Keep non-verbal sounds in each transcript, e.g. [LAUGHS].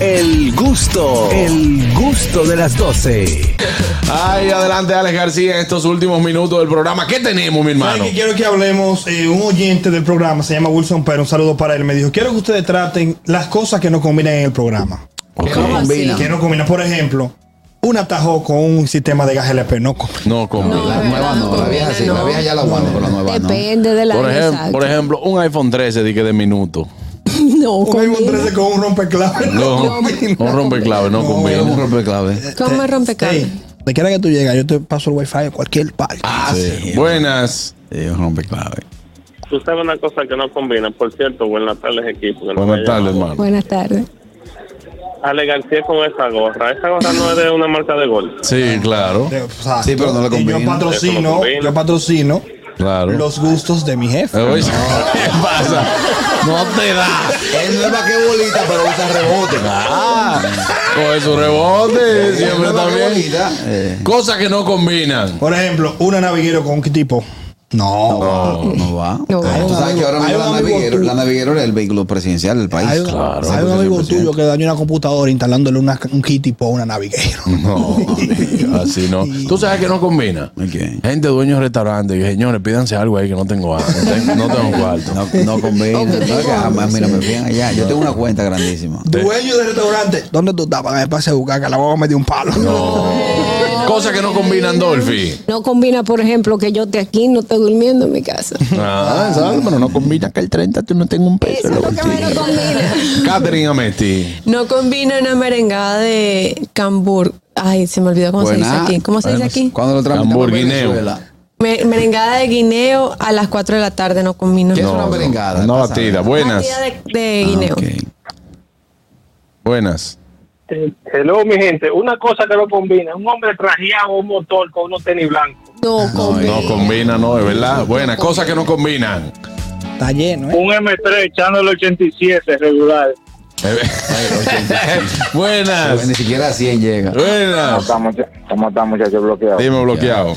El gusto, el gusto de las 12. Ay, adelante Alex García en estos últimos minutos del programa. ¿Qué tenemos, mi hermano? ¿Sabe qué quiero que hablemos, Eh, un oyente del programa se llama Wilson Pérez, un saludo para él. Me dijo, quiero que ustedes traten las cosas que no combinan en el programa. ¿Cómo así? Que no combinan, por ejemplo, un atajo con un sistema de gas LP. No, co- No, con No, La ¿verdad? nueva no, la vieja sí, la No. vieja ya la aguanto, pero la nueva no. Depende de la por, exacto. ejemplo, [LAUGHS] por ejemplo, un iPhone 13 di que de minuto. No, un iPhone combina. 13 con un rompeclave. No, un rompeclave, no No, combina. Vamos a romper clave. ¿Cómo me rompe cable? Ey, donde quiera que tú llegas, yo te paso el wifi a cualquier parte. Ah, sí. Buenas. Sí, un rompe clave. Tú sabes una cosa que no combina, por cierto, buenas tardes equipo. que no me Buenas ha tardes, llamado. hermano. Buenas tardes. Ale García con esa gorra, esa gorra no es de una marca de golf. Sí, claro, De- o sea, Sí, pero no le y yo combina. Eso patrocino, no combina. yo patrocino claro. los gustos de mi jefe. Eh, oye, [LAUGHS] ¿Qué pasa? No te da. Él no es vaquebolita, pero usa rebote. Ah, Coge pues su rebote, siempre no está es bien. vaquebolita. Eh, Cosas que no combinan. Por ejemplo, una naviguero con qué tipo. No. No va. No va. Eh, tú sabes que ahora Hay mismo un la amigo naviguero, tuyo. la naviguero era el vehículo presidencial del país. Hay, claro, hay un pues, amigo 100%. tuyo que dañó una computadora instalándole una- un kit tipo a una naviguero. No, [LAUGHS] así Ah, no. ¿Tú sabes que no combina? Ok. Gente dueño de restaurantes, que, señores, pídanse algo ahí que no tengo hambre, no tengo- no tengo cuarto. [LAUGHS] No, no combina. Ok, No, que tengo jamás, hambre, Ah, mira, sí. me fijan allá. Yo tengo una cuenta grandísima. [LAUGHS] Dueño de restaurante. ¿Dónde tú estás para que me pase a buscar? Que la vamos a meter un palo. Cosas que no combinan, Dolphy. No combina, por ejemplo, que yo esté aquí no estoy durmiendo en mi casa. Ah, ¿sabes? Pero no combina que el 30 tú no tengo un Eso es lo que menos combina. Catherine Amesti. No combina una merengada de cambur. Ay, se me olvidó cómo se dice Buena. aquí. ¿Cómo se dice Pues Bueno, aquí? Ah, Cuando lo tramitamos en Hamburguineo. Venezuela. Me- merengada de guineo a las 4 de la tarde no combina. ¿Qué es No, una no, merengada? Una Pasa. batida. Buenas. Batida de, de Ah, guineo. ok. Buenas. Hello, mi gente, una cosa que no combina, un hombre trajeado un motor con unos tenis blancos, No, combina. No combina, no, es verdad. Buenas. Cosas que no combinan. [LAUGHS] Está lleno, ¿eh? un M3 echando el 87 regular. Eh, [LAUGHS] Buenas. Ni siquiera a 100 llega. Buenas. ¿Cómo está, mucha- cómo está, muchacho bloqueado? Dime bloqueado.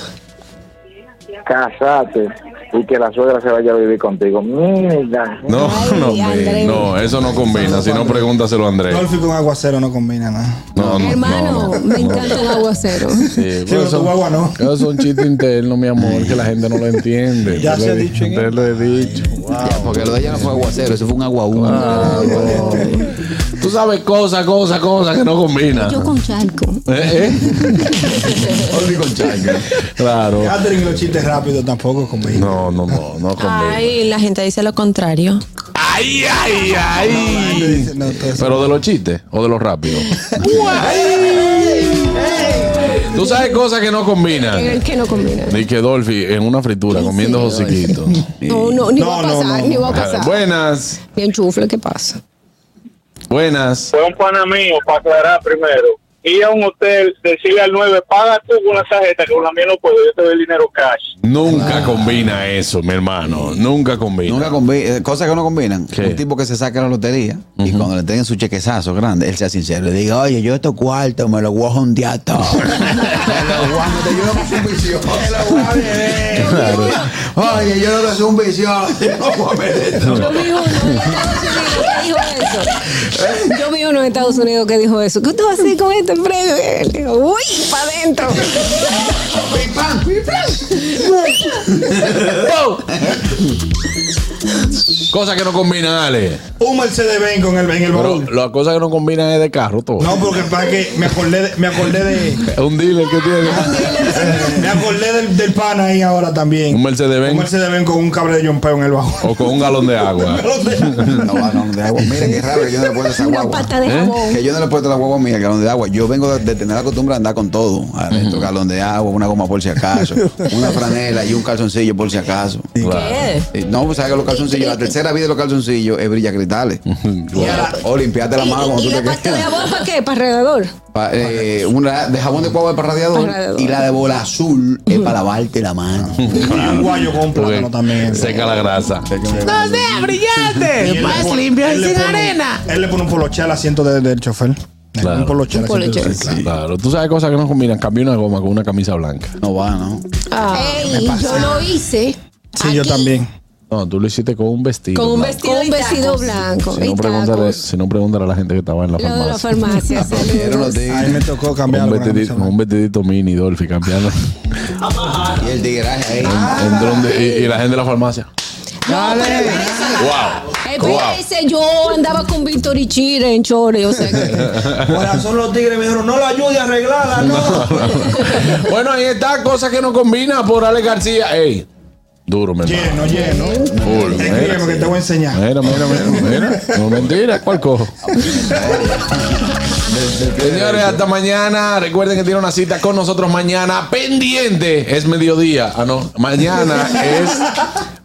Casate y que la suegra se vaya a vivir contigo. Mierda. No, Ay, no, Andrés. no, eso no combina. Si no, pregúntaselo a Andrés. Dolphy con aguacero no combina nada. Eh. No, no, no, Hermano, no. me encanta el aguacero. Sí, pero tu guagua no. Eso es un chiste interno, mi amor, que la gente no lo entiende. Ya Yo se le ha he dicho en yo el- lo he dicho. Ya, porque lo de ella no fue aguacero, eso fue un aguaúno. Tú sabes cosas, cosas, cosas que no combinan. Yo con charco. ¿Eh? ¿Eh? [LAUGHS] claro. Catherine y los chistes rápidos tampoco combinan. No, no, no, no combina. Ay, la gente dice lo contrario. Ay, ay, gente ay. dice, no, todo eso. Pero de los chistes o de los rápidos. Tú sabes cosas que no combinan. El que no combina. Ni que Dolphy en una fritura comiendo josiquito. No, no, ni va a No, no, pasar, no. ni va a Ah, pasar. Buenas, Bien chufle, ¿qué pasa? buenas. Fue un pana mío, para aclarar primero, ir a un hotel, decirle al 9, paga tú con una tarjeta que con la mía no puedo, yo te doy el dinero Ah. cash. Nunca combina eso, mi hermano. Nunca combina. Nunca combi- eh, cosas que no combinan. ¿Qué? Un tipo que se saca la lotería y cuando le tengan su chequezazo grande, él sea sincero. Le diga, oye, yo estos cuartos me los voy a jondear todos. [LAUGHS] me los voy a meter, yo no soy un vicioso. Me los voy [LAUGHS] a beber. eh. Oye, yo no soy un vicioso. Yo no voy a meter todo. Yo vi uno en Estados Unidos que dijo eso. Yo vi uno en Estados Unidos que dijo eso. ¿Qué tú vas a hacer con este premio? Y él dijo, Uy, para adentro. Pim, pam, pim, pam. Cosas que no combinan, Ale. Un Mercedes Benz con el, en el Pero baúl. las cosas que no combinan es de carro todo. No, porque para que me acordé de, me acordé de Es un dealer que Ah, tiene. me acordé del, del pana ahí ahora también. Un Mercedes Un Benz Mercedes Benz con un cable de John Peo en el baúl. o con un galón de [LAUGHS] agua. No, galón de agua. Mira qué raro que yo no le puedo [LAUGHS] esa Una guagua. pata de jabón. Que yo no le puedo la guagua a mí, el galón de agua. Yo vengo de, de tener la costumbre de andar con todo. Adentro, galón de agua, una goma por si acaso, una franela y un calzoncillo por si acaso. ¿Qué? Eh, No, pues sabes que los calzoncillos, la tercera vida de los calzoncillos es brilla cristales. O limpiarte la mano cuando ¿Y, y Ah, tú te la pasta de quedas. jabón para qué? ¿Para alrededor? Pa- eh, una de jabón de cuagua para radiador, Para radiador. y la de bola azul es para lavarte la mano. Y un guayo con un plátano también. Seca la grasa. ¡No Mm. sea [LAUGHS] brillante! Más limpio y sin arena. Él le pone un poloche al asiento de- del chofer. Claro. Un poloche al Un asiento del poloche. chofer. Claro, tú sabes cosas que no combinan. Cambié una goma con una camisa blanca. Ah, No va, ¿no? Ey, yo lo hice. Sí, yo aquí, también. No, tú lo hiciste con un vestido. Con un blanco. vestido. Con un y tacos. vestido blanco. Si no, y pregúntale, tacos. si no, pregúntale a la gente que estaba en la Lo de la farmacia. farmacia. Era una saludos. tigre. Ahí me tocó Con cambiar un, alguna vestidito, camisa. con un vestidito mini, Dolphy, cambiando. Y el tigreaje Ah, ahí. En donde- y, y la gente de la farmacia. Dale. ¡Wow! El pelo dice, Eh, pues, yo andaba con Víctor y Chile en Chore, o sea que... Corazón los tigres me dijeron, no la ayude a arreglarla, no. bueno, ahí está, cosas que no combina por Alex García. ¡Ey! Duro, mi hermano. Lleno, lleno. Full, Escríbeme que te voy a enseñar. Mira, mira, mira, mira. No mentira, ¿cuál cojo? Señores, hasta mañana. Recuerden que tienen una cita con nosotros mañana. Pendiente. Es mediodía. Ah, no. Mañana es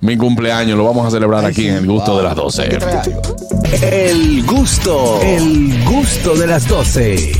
mi cumpleaños. Lo vamos a celebrar aquí en el gusto de las 12. El gusto, el gusto de las 12.